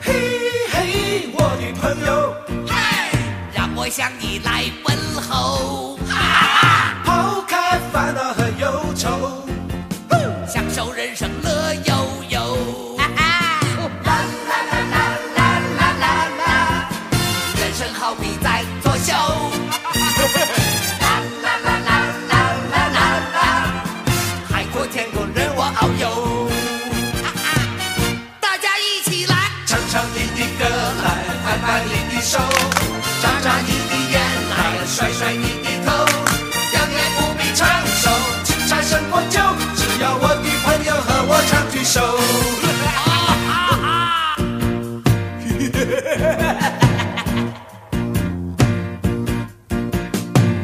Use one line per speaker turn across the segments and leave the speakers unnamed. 嘿嘿，我的朋友，
让我向你来问候，
抛开烦恼和忧愁，
享受人生乐悠悠。啦啦啦啦啦啦啦啦，人生好比在作秀。啦啦啦啦啦啦啦啦，海阔天空任我遨游。大家一起来，
唱唱你的歌来，拍拍你的手，眨眨你的眼来，甩甩你的头，扬言不必长寿，精彩胜过酒，只要我的朋友和我唱对手。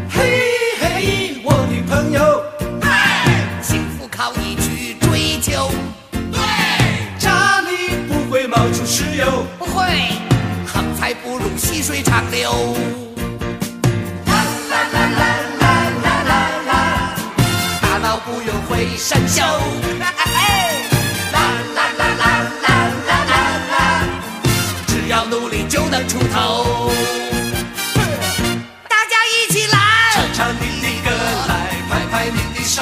嘿嘿，我的朋友，
哎幸福靠你去追求。对，
家里不会冒出石油。
不会，横财不如细水长流。大脑不用会生锈。啦啦啦啦啦啦啦啦，只要努力就能出头。大家一起来，
唱唱你的歌来，拍拍你的手，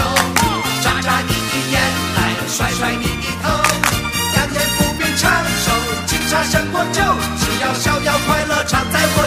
眨眨你的眼来，甩甩你的头，扬言不必长寿，警察胜过酒，只要逍遥快乐常在我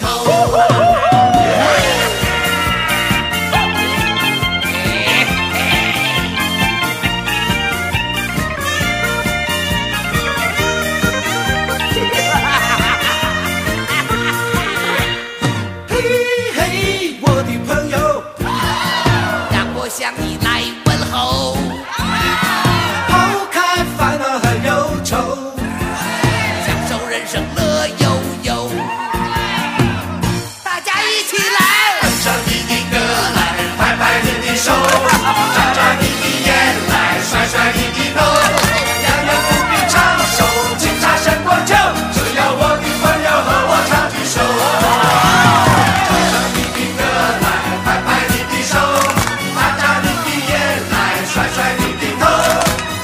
头。嘿嘿，我的朋友，
让我向你来问候，
抛开烦恼和忧愁，
享受人生乐悠悠。大家一起来，
唱唱你的歌来，拍拍你的手，眨眨你的眼来，甩甩你的头，扬言不必长寿，警察胜过酒，只要我的朋友和我唱对手。拍拍你的手，眨眨你的眼来，甩甩你的头，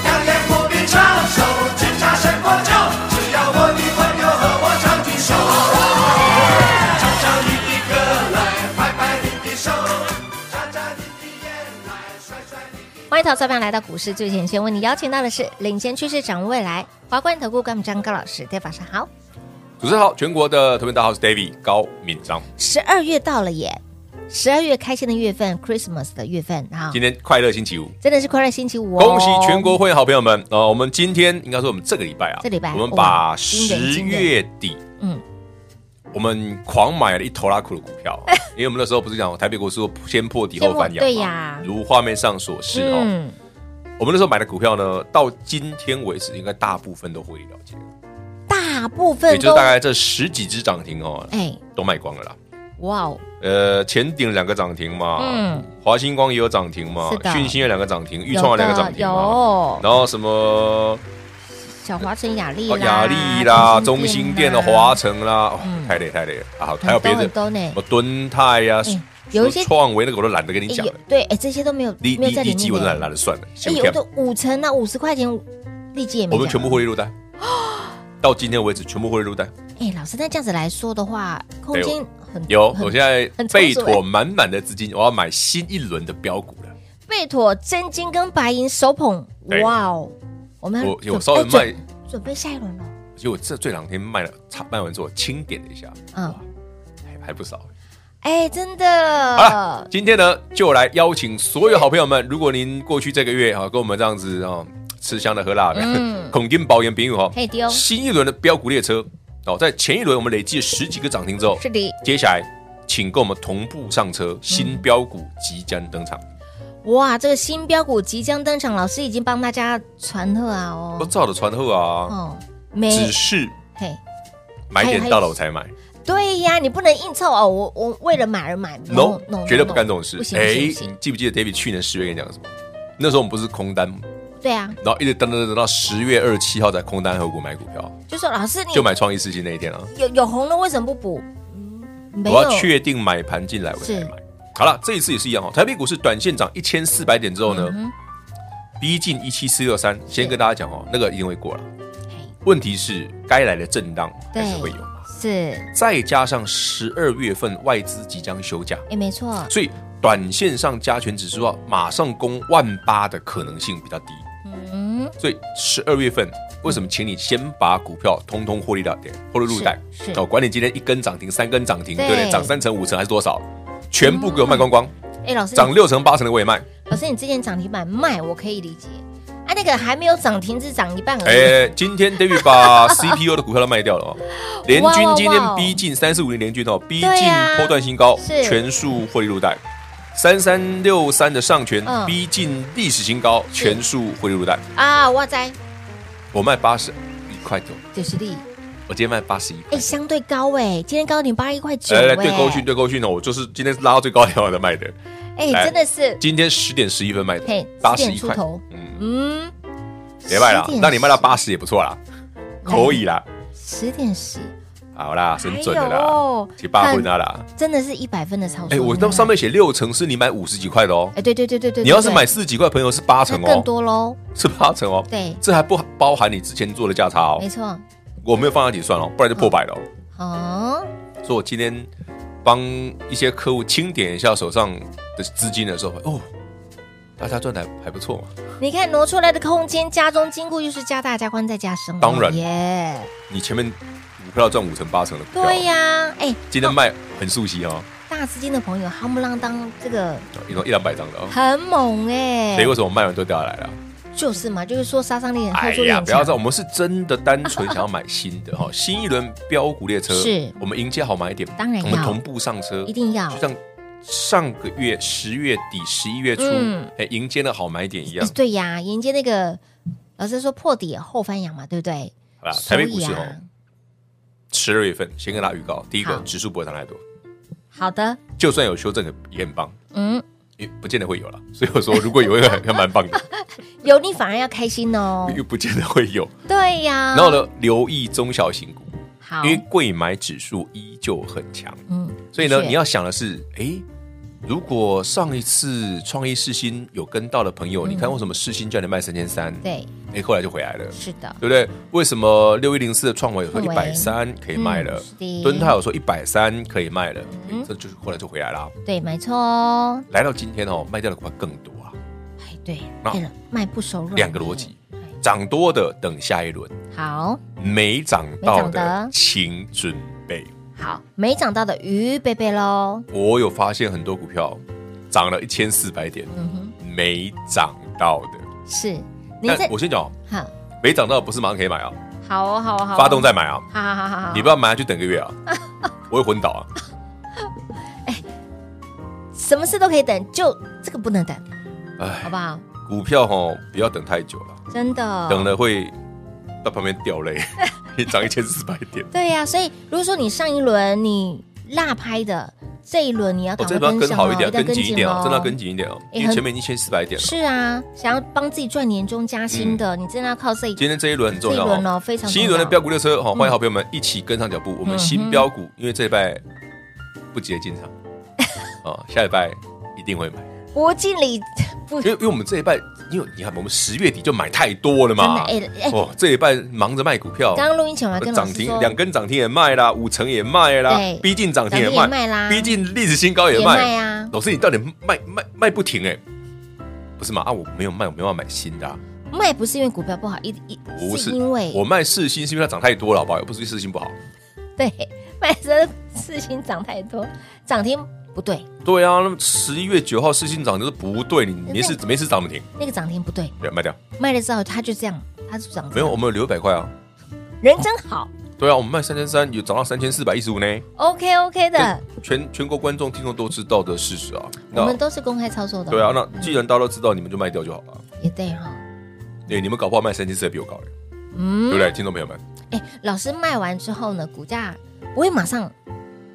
扬言不必长寿，警察胜过酒，只要我的朋友和我唱起手。唱唱你的歌来，拍拍你的手，眨眨你的眼来，甩甩你的。
欢迎投资朋友来到股市最前线，为你邀请到的是领先趋势、掌握未来华冠投顾干部张高老师，大家晚上好。
主持人好，全国的投票大号是 David 高敏章。
十二月到了耶，十二月开心的月份，Christmas 的月份啊
今，天快乐星期五，
真的是快乐星期五、哦，
恭喜全国会员好朋友们！呃，我们今天应该说我们这个礼拜啊，
这礼拜
我们
哇
把
惊人
十
惊人
月底，
嗯
嗯，我们狂买了一头拉苦的股票，啊 因为我们那时候不是讲台北股市说先破底
先
后
破
反扬嘛
对呀
如画面上所示哦。
嗯，
我们那时候买的股票呢，到今天为止，应该大部分都获利了结了，
大部
也
分
就是
都
大概这十几只涨停哦，
哎，
都卖光了啦。
哇哦，
呃，前顶两个涨停嘛，
嗯
华星光也有涨停嘛
是的，
讯星有两个涨停，
有
豫创有两个涨
的
停嘛，
有
然后什么
小华晨、雅丽
哦
啦、
雅丽啦、中兴店的华
晨，
城啦，哦
啊嗯
太累太累了啊！还
还
有
有别
别的
的
什
都呢，
么敦泰呀
哎，有一些
什么创维那个我都懒得跟你
哎
讲
有
了，
对，哎，这些都没有
利
没有
利
在里
利基我
面
都懒
呢
懒。得算了，
哎，
先不
有
看
的五成啊，五十块钱，利基也没
我们
讲
全部获利 入单，到今天为止全部获利入单，
哎，老师，那这样子来说的话，空
对
间很
哎有，
很
我现在
很哎充
备
足
妥满满的资金，我要买新一轮的标股了。
贝妥真金跟白银手捧，
对
哇哦！我们要
哎我
准
有稍微
哎准
卖
准备下一轮了，
结果这这两天卖了，差卖完之后清点了一下，
嗯
嗯，还还不少。
哎，真
好了
的，，
今天呢就来邀请所有好朋友们，如果您过去这个月啊跟我们这样子啊吃香的喝辣的，
嗯
孔丁保研饼友哈
可以丢，
新一轮的标股列车哦，在前一轮我们累计了十几个涨停之后，
是的，
接下来请跟我们同步上车，新标股即将登场。
嗯哇，这个新标股即将登场，老师已经帮大家传贺啊
我
哦，
照着传后啊，
哦，没
只是
嘿，
买点到了我才
哎
买
对呀，你不能硬凑哦，我我为了买而买
，no，绝对不干这种事
不。行不行
哎
不，行
你记不记得 David 去年十月跟你讲什么？那时候我们不是空单，
对啊，
然后一直等等等等到十月二十七号才空单合股买股票，
就说老师你
就买创意世纪那一天啊。
有有红了为什么不补？没
我要确定买盘进来我才
是
买。好了，这一次也是一样哦。台北股市短线涨一千四百点之后
嗯
呢，逼近一七四六三，先跟大家讲哦，那个一定会过了。
嘿
问题是该来的震荡还是会有，
是
再加上十二月份外资即将休假，
哎，没错，
所以短线上加权指数要马上攻万八的可能性比较低。
嗯，
所以十二月份为什么请你先把股票通通获利了结，获利入袋
是？是
哦，管你今天一根涨停、三根涨停，
对
对不对？涨三成、五成还是多少，全部给我卖光光，
哎，老师
涨六成、八成的我也卖。
老师，你之前涨停板卖我可以理解，啊，那个还没有涨停，只涨一半而已。
哎，今天 David 把 CPU 的股票都卖掉了哦，联
哇哇
军今天
哇
逼近三四五零联军哦，逼
对
近
呀
波段新高，
是
全数获利入袋。三三六三的上权
嗯
逼近历史新高，全数获利入袋。
啊，哇塞，
我卖八十一块九，
九十力，
我今天卖八十一块
哎，。欸相对高哎，今天高点八一块九，
哎来来，对勾去，对勾去呢，我就是今天拉到最高点我才卖的，
哎，
来
真的是，
今天十点十一分卖的
嘿，，
八
十
十
点
一
出
块，
头，
嗯，
嗯，
别卖了
10，点
那你卖到八十也不错啦，可以啦，
十点十，
好啦，很准的
哎
啦
呦，
七八分的啦，
真的是一百分的操作。
哎，我
那
那上，面写六成是你买五十几块的哦，
哎，对对对对对，
你要是
对
买四十几块，朋友是八成
那更
哦，
多喽，
是八成哦，
对
这还不包含你之前做的价差哦
没，错，
我没有放大计算哦，不然就破百了哦，
哦，
所以我今天帮一些客户清点一下手上的资金的时候，哦，大家赚的还不错嘛。
你看挪出来的空间，家中金库就是加大、加宽再加深了，
当然
耶，
你前面股票赚五成八成的股票，哦
对呀，哎，
今天卖很熟悉哦，
大资金的朋友，夯不啷当，这个
一共一两百张的哦。
很猛哎、
所以为什么卖完就掉下来了？
就是嘛，就是说杀伤力很，后
哎
坐力
呀，
很
不要
强
这，样，我们是真的单纯想要买新的 哈，新一轮标股列车，
是
我们迎接好买点，
当然要
我们同步上车，
一定要
就像上个月十月底、十一月初
嗯，
哎，迎接了好买点一样。
哎对呀，迎接那个老师说破底后翻扬嘛，对不对？
好啦，台
所
北
以
股市哦，
啊，
十二月份先跟大家预告，第一个
好
指数不会涨太多，
好的，
就算有修正也很棒，
嗯，
也不见得会有了。 所以我说，如果有一个还蛮 棒的，
有你反而要开心哦，
又不见得会有。
对呀，
哎然后？呢，留意中小型股，
嗯好
因，为贵买指数依旧很强，
嗯，
所以呢，
的确
你要想的是，诶，如果上一次创意世新有跟到的朋友，你看为什么世新叫你卖三千三，
嗯对，
诶，后来就回来了，
是的，
对不对？为什么六一零四的创维有说一
创维
百三可以卖了
嗯是，的嗯
敦泰有说一百三可以卖了，诶这就是后来就回来了。
对，没错哦，
来到今天哦，卖掉的股票更多啊，
哎，对，
那
对了，卖不手软，
两个逻辑
哎，
涨多的等下一轮，
好
没涨到
没涨
的
的
请准备。
好没涨到的鱼贝贝喽，
我有发现很多股票涨了一千四百点，没涨到的。
是，嗯你
但
在
我先讲哦，
好，
没涨到的不是马上可以买啊，
好哦，好哦，好哦，
发动再买啊，
好，好好好好，
你不要买下去等个月 啊，我会昏倒啊。
什么事都可以等，就这个不能等，好
哎，
不好？
股票吼不要等太久了，
真的，
等了会到旁边 掉泪。你涨一千四百点，
对呀、所以如果说你上一轮你落拍的，这一轮你要
我
赶
这
快
一轮要
跟
跟
上
好
哦，
一点，
定要
跟紧一点哦，
哦
真的要跟。紧一点哦，
哎
因为
很
前面一千四百点了。
是啊，想要帮自己赚年终加薪的，你真的要靠这一
嗯今天这一轮很
这
重
一
要
轮
哦，
哦，非常
新一轮的
重要嗯
标股列车，好，欢迎好朋友们一起跟上脚步。我们新标股，因为这礼拜不急着 进场，啊，下礼拜一定会买，
不敬礼， 不
因为因为我们这礼拜，因为你看我们十月底就买太多了嘛，
真的哎哎
哦，这礼拜忙着卖股票，
刚刚录音前我还跟老
哦涨
师
停
说，
两根涨停也卖啦，五成也卖啦
对，
逼近涨停也
涨停也卖
卖
啦
逼近历史新高也
也卖
卖，
啊，
老师你到底卖卖卖不停哎？不是嘛？啊，我没有卖，我没办法买新的啊。
卖不是因为股票不好，一一
不是，
因为
我卖四星是因为它涨太多了，好不好？又不是四星不好。
对 卖的事情涨太多，涨停不对，
对啊，那么十一月九号四星涨就是不对，你没事没事涨不停，
那个涨停不对，
对，卖掉
卖了之后它就这样，它就涨停，
没有，我们有留一百块啊。
人真好
对啊，我们卖三千三，有涨到三千四百一十五呢。
，OK OK 的。
这全全国观众听众都知道的事实啊。
我
那
们都是公开操作的，
对啊，，那既然大家都知道，你们就卖掉就好了。哎
也对哈，
对，你们搞不好卖三千四还比我高嘞，对
嗯
不，对，听众朋友们？
哎，老师卖完之后呢，股价不会马上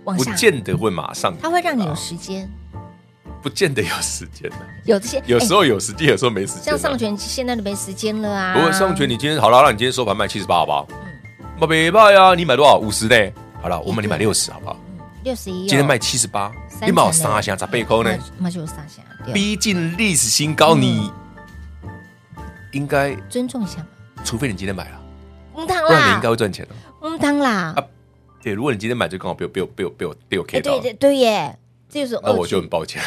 往
不
下，
见得会马上，啊
它会让你有时间，
不见得有时间的，
有这些
有时
哎
候有时间，有时候没时间
像
啊。
上权现在都没时间了啊。
不过上权，你今天好了，那你今天收盘卖七十八，好不好？
嗯
那没卖呀，你买多少？五十呢？好了，我们你买六十，好不好？
六十一，哦
今天卖七十八，
三成
你买我三下咋背扣呢？
那就撒下，对啊
逼近历史新高，你
嗯
应该，
尊重一下嘛。
除非你今天买了，
嗯当
不然你应
啦
该，会赚钱的。
嗯当啦
啊，对，如果你今天买，就刚好被我被我被我被我被我
哎
K 到
对
了，
对对耶，这就是
那
恶
我就
举
很抱歉，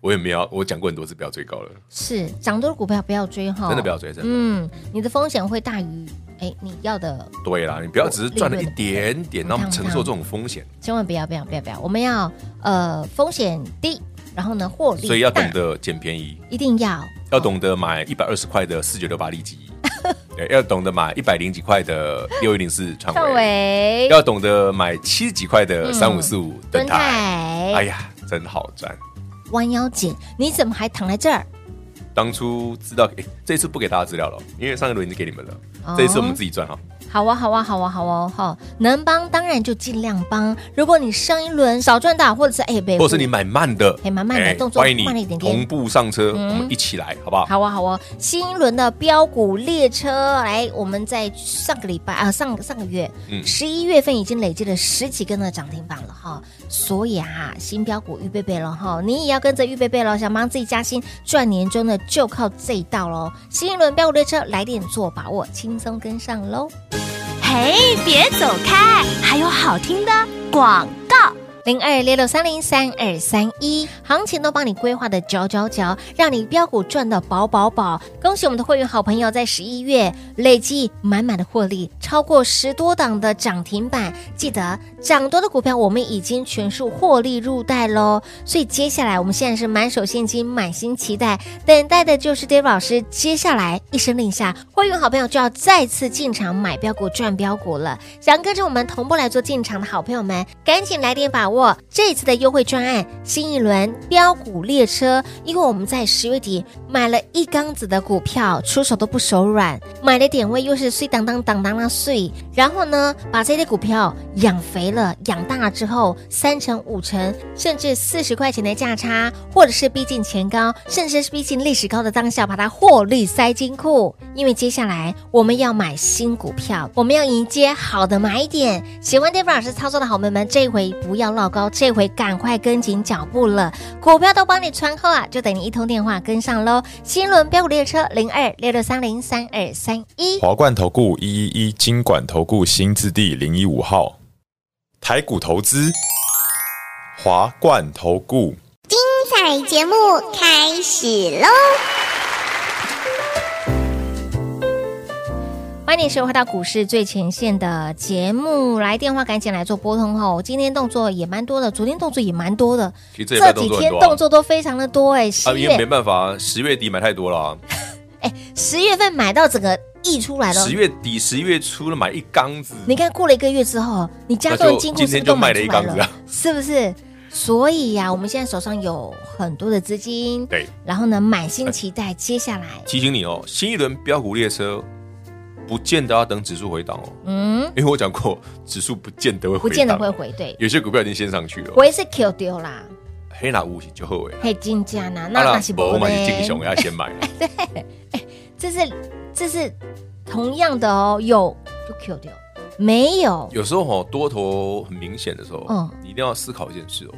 我也没有，我讲过很多次不要追高了，
是涨多的股票不要追哈，
真的不要追，真的。
嗯，你的风险会大于哎你要的，
对啦，你不要只是赚了一点点，
利润
然后承受这种风险，
千万不要不要不要不要，我们要呃风险低，然后呢获利大，
所以要懂得捡便宜，
一定要
要懂得买一百二十块的四九六八利基，对，要懂得买一百零几块的六一零四 创
范
维，
围
要懂得买七十几块
嗯
的三五四五
蹲
登台。哎
台，
呀，真好赚！
弯腰紧，你怎么还躺在这儿？
当初知道，哎，这次不给大家资料了，因为上一轮已经给你们了，
哦
这一次我们自己赚哈。
好啊，好啊，好啊，好啊，好，能帮当然就尽量帮。如果你上一轮少赚到，或者是哎，被
或是你买慢的，
哎买慢的
哎
动作
欢迎
慢了一
你
点点
同步上车，
嗯
我们一起来，好不好？
好啊，好啊，新一轮的标股列车，来，我们在上个礼拜啊，上上个月，
嗯
十一月份已经累积了十几根的涨停板了哈，所以啊，新标股预备备了哈，你也要跟着预备备了，想帮自己加薪赚年终的，就靠这一道喽。新一轮标股列车来电做把握，轻松跟上喽。
嘿，别走开，还有好听的广告。
零二六六三零三二三一，行情都帮你规划的角角角，让你标股赚的饱饱饱。恭喜我们的会员好朋友在十一月累计满满的获利，超过十多档的涨停板。记得涨多的股票我们已经全数获利入袋喽，所以接下来我们现在是满手现金，满心期待，等待的就是 Dave 老师接下来一声令下，会员好朋友就要再次进场买标股赚标股了。想跟着我们同步来做进场的好朋友们，赶紧来点把握这一次的优惠专案，新一轮标股列车。因为我们在十月底买了一缸子的股票，出手都不手软，买的点位又是碎当当当当当碎，然后呢，把这些股票养肥了、养大了之后，三成、五成，甚至四十块钱的价差，或者是逼近前高，甚至是逼近历史高的当下，把它获利塞金库。因为接下来我们要买新股票，我们要迎接好的买点。喜欢 David 老师操作的好朋友们，这回不要落高，这回赶快跟紧脚步了。股票都帮你穿后啊，就等你一通电话跟上喽。新轮标股列车零二六六三零三二三一。
华冠投顾一一一金管投顾新字第零一五号，台股投资，华冠投顾。
彩节目开始喽！
欢迎你收回到股市最前线的节目，来电话赶紧来做拨通哦。今天动作也蛮多的，昨天动作也蛮多的，
其实这礼
几
拜动作很
天
多啊
动作都非常的多哎。十
啊，因为没
月
办法，十月底买太多了啊，
哎，十月份买到整个溢出来了
十。月底、十一月初了买一缸子，
你看过了一个月之后，你家中的金库是不
那就今
是
天
都
就
买
卖
出
了一
来
缸子
了
啊？
是不是？所以呀、我们现在手上有很多的资金，
对，
然后呢，满心期待接下来，
提醒你哦，新一轮标股列车不见得要等指数回档哦，
嗯，
因为我讲过，指数不见得会回档，
不见得会，回对，
有些股票已经先上去了。
回是 Q 丢啦，
黑拿五就后悔，
嘿，金价呢？那那是
我
不
买
呢？
金熊要先买 了，
这是这是同样的哦，有就 Q 掉，没有
有时候哦，多头很明显的时候，
嗯
你一定要思考一件事哦，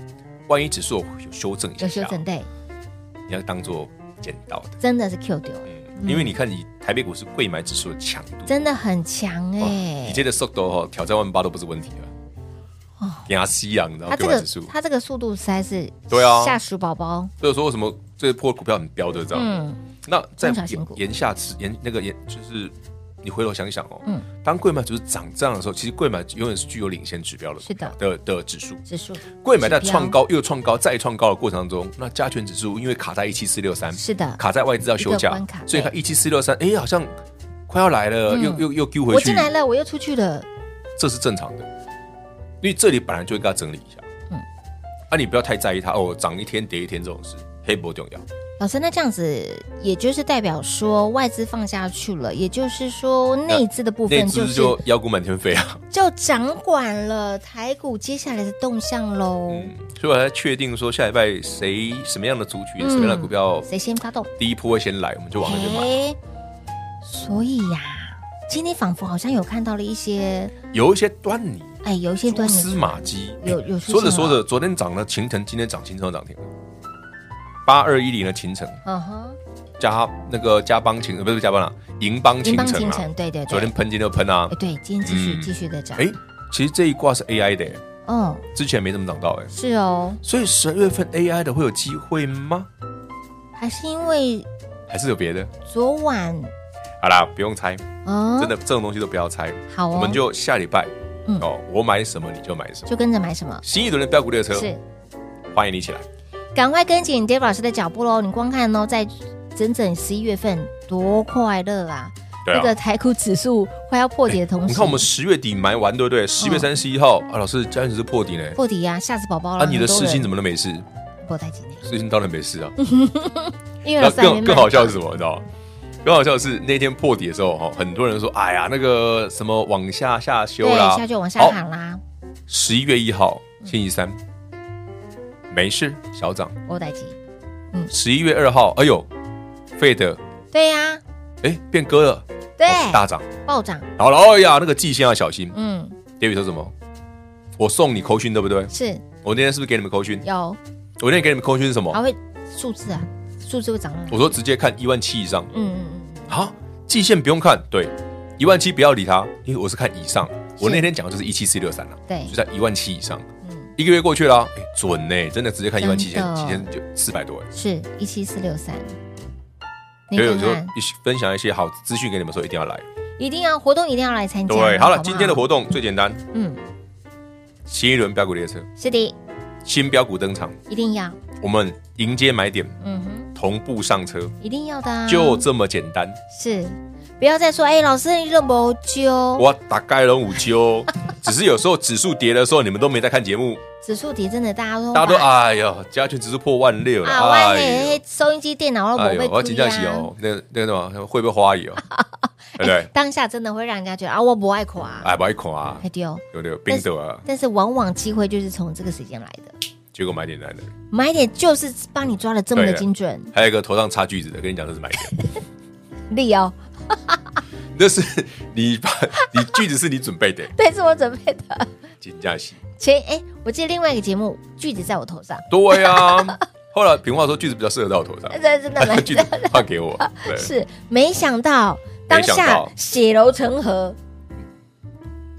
万一指数有修正一下，
有修正，对，
你要当做捡到的，
真的是 Q 掉，
嗯，因为你看你台北股市贵买指数的强度，
真的很强
哦
哎、
你这个速度哦，挑战万八都不是问题啊了，给他吸氧，然后
它哦这
贵买
个
指数，
它这个速度实在是
对啊
下属宝宝，
所以说为什么这波股票很飙的这样？
嗯，
那在
中小型
沿
股
沿下吃沿那个沿就是。你回头想想哦，
嗯
当贵买指数涨这样的时候，其实贵买永远是具有领先指标的股
是的
票的的指数，
指数
贵买在
指标
创高又创高再创高的过程当中，那加权指数因为卡在一七四六三，
是的，
卡在外资要休
一个
假
关卡，
所以它一七四六三，哎，好像快要来了，
嗯
又又又丢
我
回去
进，来了，我又出去了，
这是正常的，因为这里本来就应该整理一下，嗯，啊，你不要太在意它哦，涨一天跌一天这种事，黑不重要，
老师，那这样子也就是代表说外资放下去了，也就是说内资的部
那
分就
只
是
就腰股满天飞啊，
就掌管了台股接下来的动向喽。
嗯，所以我才确定说下礼拜谁什么样的族群、
嗯
什么样的股票
谁先发动？
第一波会先来，我们就往那边买。
哎，所以呀、今天仿佛好像有看到了一些，
有一些端倪、
哎，有一些
蛛
端
丝
倪。
马迹，
有有出现
说着
了
说着，昨天涨了秦城，今天涨秦城涨停了。八二一零的秦城
嗯哼，
加那个加邦秦，呃不是加邦啦，银邦
银
秦
邦
城
金
啊，
城，对对对，
昨天喷今天又喷啊
哎，对，今天继续
嗯
继续的涨。
哎，其实这一卦是 AI 的耶，
嗯，
之前没怎么涨到哎，
是哦，
所以十二月份 AI 的会有机会吗？
还是因为
还是有别的？
昨晚，
好啦，不用猜，
嗯，
真的这种东西都不要猜，
好哦，
我们就下礼拜
嗯
哦，我买什么你就买什么。
就跟着买什么。
新一轮的标股列车，
是，
欢迎你一起来。
赶快跟紧 Dave 老师的脚步喽！你光看哦，在整整十一月份多快乐啊！
对啊
那个台股指数快要破底的同时，
你看我们十月底买完，对不对？十月三十一号啊，老师，嘉义是破底呢。
嗯破底啊，吓死宝宝了。
啊，你的事情怎
么
么都没事？
破太紧 呢？
事情当然没事啊。
嗯因为
那
老师还没
更
买
更好笑是什么？你知道吗？更好笑的是那天破底的时候，哈，很多人说，哎呀，那个什么往下下修
对，
啦
下，就往下嗯喊啦，
十一月一号星期三，没事，小涨。
破太紧。嗯
十一月二号，哎呦，费的，
对呀、
哎，变割了，
对，
哦大涨。
暴涨，
然后，哎呀，那个季线要小心。
嗯，
David 说什么？我送你扣讯，对不对？
是
我那天是不是给你们扣讯？
有，
我那天给你们扣讯是什么
还？会数字啊，数字会涨啊。
我说直接看一万七以上
嗯嗯嗯，
啊，季线不用看，对，一万七不要理它，因为我是看以上。我
是
那天讲的就是一七四六三了，
对
就在一万七以上，
嗯，
一个月过去啦，哎，准呢、真的直接看一万七
真
千，
的
七千就四百多哎。
是一七四六三。你
所以有
看
时候
看，
一起分享一些好资讯给你们，说一定要来。
一定要活动，一定要来参加。
对，好了，
不
今天的活动最简单，
嗯，
新一轮标股列车，
是的，
新标股登场，
一定要，
我们迎接买点，
嗯哼，
同步上车，
一定要的、啊。
就这么简单。
是，不要再说，哎、老师你热不揪？
我大概龙五 九，只是有时候指数跌的时候，你们都没在看节目，
指数跌真的，大家都
大家都
把
哎呦，加权指数破万六了，
啊，万
哎
哎
呦，，
收音机、电脑都
哎
不
呦，
被
我要紧张起
亏啊。
哦，那那个什么会不会花 疑哦，对不对？
当下真的会让人家觉得啊，我不爱垮、啊，哦
哎，不要 看啊
太，丢。
对不对？冰斗啊，
但是往往机会就是从这个时间来的，
结果买点来了，
买点就是帮你抓的这么的
啊
精准，
还有一个头上插锯子的，跟你讲这 是买点，
利哦，
那是你把你锯子是你准备的，
对，是我准备的。
金价 戏，
前哎、我记得另外一个节目，句子在我头上，
对呀。后来平话说锯子比较适合在我头上，
这 真 的蛮
锯子换给我，对，
是没想到
没
当
想
下
到
血流成河，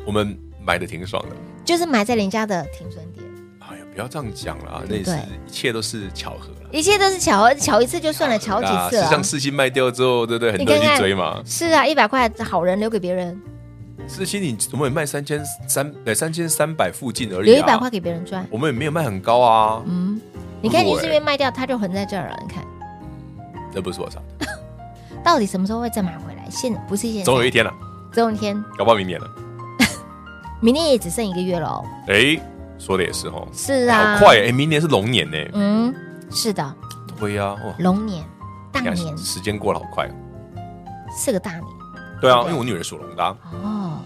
我们买的挺爽的。
就是埋在人家的停损点。
哎呀，不要这样讲啦，那也是
嗯对
一切都是巧合啦。
一切都是巧合，巧一次就算了，巧几次
啊实际
啊
上？四星卖掉之后，对不对？很
你
多
看看
人去追嘛。
是啊，一百块好人留给别人，
四星你我们也卖三千三，呃，三千三百附近而已、啊。
留一百块，给别人赚。
我们也没有卖很高啊。
嗯，你看
不
你
错
是
欸
因为卖掉，它就横在这儿了。你看
那不是我傻的，
到底什么时候会再买回来？现不是现在，
总有一天了，
总有一天，
搞不好明年了。啊
明年也只剩一个月了哦。
哎，说的也是哦。
是啊，
好快哎！明年是龙年呢。
嗯，是的，
对呀，哇，
龙年大
你看
年
时间过得好快。哦
是个大年
对啊，因为我女儿属龙的啊，
哦。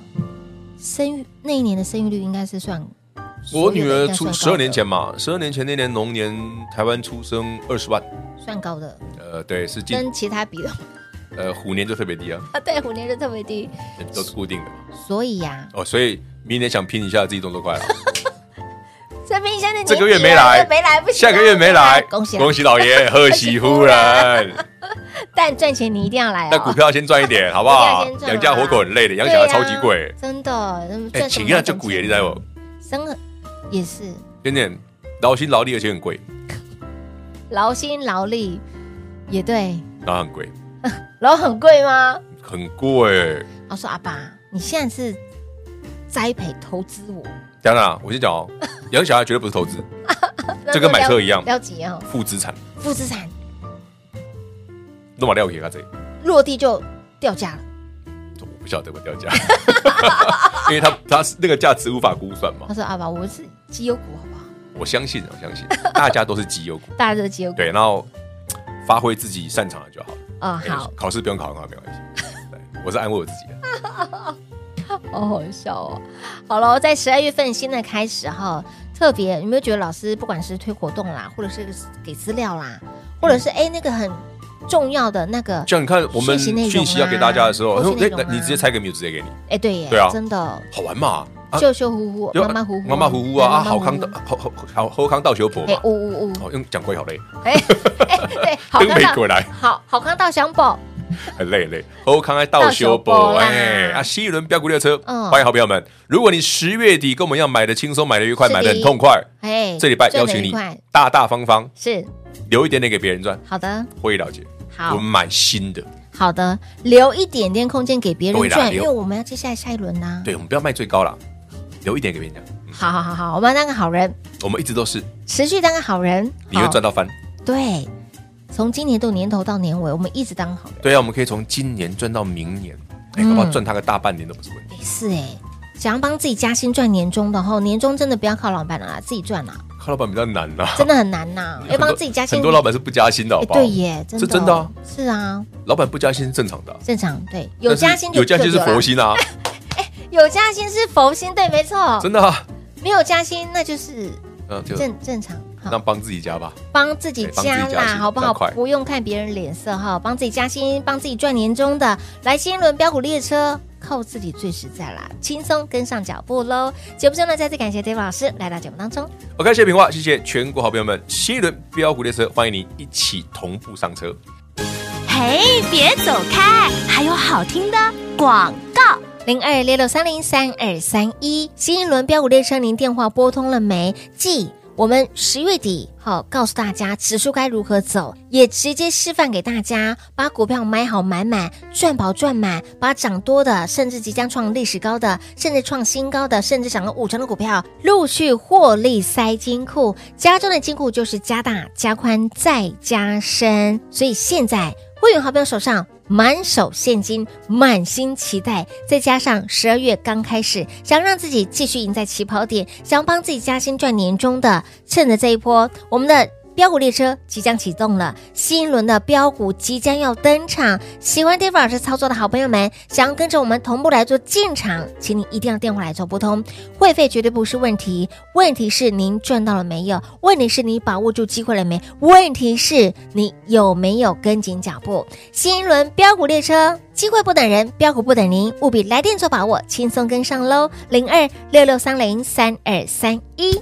生育那一年的生育率应该是算，
我女儿
所有的应该算高的
出十二年前嘛，十二年前那年龙年，台湾出生二十万，
算高的，
呃，对，是进
跟其他比的
呃虎年就特别低啊，
话，对虎年就特别低。
都是固定的嘛。
所以呀、
哦，所以明年想拼一下自己动作快了，啊
这边现在
这个月没来
没来不行啊，
下个月没来，
恭喜啊
恭喜老爷，贺喜夫人。
但赚钱你一定要来、哦。
那股票先赚一点，好不
一定要
好
先？赚啊啊
养家活口很累的，养
对
小
啊
孩超级贵。
真的，那么
哎，
赚什
请
么
一下
都
就
赚
股
钱
爷，你知道不？
生了也是
点点劳心劳力，而且很贵，
劳心劳力，也对，
然后很贵，
然后很贵吗？
很贵。
我说阿爸，你现在是栽培投资我，
当然啊，我先讲 哦，养小孩绝对不是投资，
那
这跟买车一样
了了解哦，
负资产，
负资产
那么料给他这里，
落地就掉价了。
我不晓得我掉价， 因为他他那个价值无法估算嘛
他。说阿爸，我是绩优股好不好？
啊我相信，我相信大家都是绩优股，
大家都是绩优股，
对，然后发挥自己擅长的就好了。
哦，
没关系
好，
考试不用考很好没关系。对，我是安慰我自己的。
好好笑哦。好了，在十二月份新的开始哈，特别有没有觉得老师不管是推活动啦，或者是给资料啦，或者
嗯
是哎、那个很重要的那个，
像你看我
讯
们
息内容啊
讯息要给大家的时候，
或
我
是
说
内
哎，
容啊
来你直接猜个谜，我直接给你，
哎、对耶，
对啊
真的哦
好玩嘛？啊，
秀秀呼呼，
有
马马虎虎，
马马虎虎啊，啊，好康
的
到，好好好好康到小婆
哎
嘛，。
呜 呜呜，
哦，用讲鬼好累，
哎哎对，好
跟
康
美
到
国来
好好康到祥宝，
很累很累。好康爱到小
到小
婆，
波啦
哎啊，新一轮标股列车，
嗯
欢迎好朋友们。如果你十月底跟我们一样买的轻松，买的愉快，
是的
买的很痛快，
哎，
这礼拜
赚
邀请
得愉
你
快
大大方方
是
留一点点给别人赚，
好的，
会了解。
好
我们买新的，
好的，留一点点空间给别人
对啦
赚，因
留
为我们要接下来下一轮呐、
对，我们不要卖最高了，留一点给别人家。
好好好好，我们要当个好人，
我们一直都是，
持续当个好人，
你会
好
赚到翻。
对。从今年度年头到年尾，我们一直当好人。
对啊，我们可以从今年赚到明年，哎，搞不好赚他个大半年都不是问 题。
也是哎，想要帮自己加薪赚年终的吼，年终真的不要靠老板了啦，自己赚啦，
靠老板比较难呐，
真的很难呐。要
很多
帮自己加薪，
很多老板是不加薪的，好
哎
不好
对？耶，真的
这真的啊
是啊，
老板不加薪是正常的啊，
正常对，有
但是
加薪就
有加薪是
就有啦
佛，心啊，
有加薪是佛心，对，没错，
真的啊。
没有加薪那就是
嗯，就
正正常。好
那帮自己加吧。
帮自己
对帮自己
加
加
啦，
薪
好不
比
好
较快？
不用看别人脸色哈，帮自己加薪，帮自己赚年终的，来新一轮标股列车，靠自己最实在啦，轻松跟上脚步喽。节目中呢，再次感谢 David 老师来到节目当中，
OK，谢谢平话，谢谢全国好朋友们，新一轮标股列车，欢迎你一起同步上车。
嘿，别走开，还有好听的广告。
零二六六三零三二三一，新一轮标股列车，您电话拨通了没？记。我们十月底好告诉大家指数该如何走，也直接示范给大家，把股票买好买满，赚饱赚满，把涨多的，甚至即将创历史高的，甚至创新高的，甚至涨了五成的股票，陆续获利塞金库。家中的金库就是加大、加宽、再加深，所以现在会员好朋友手上满手现金，满心期待，再加上十二月刚开始，想让自己继续赢在起跑点，想帮自己加薪赚年终的，趁着这一波，我们的。标股列车即将启动了，新一轮的标股即将要登场。喜欢 David 老师操作的好朋友们，想要跟着我们同步来做进场，请你一定要电话来做拨通，会费绝对不是问题。问题是您赚到了没有？问题是你把握住机会了没？问题是你有没有跟紧脚步？新一轮标股列车，机会不等人，标股不等您，务必来电做把握，轻松跟上喽！零二六六三零三二三一。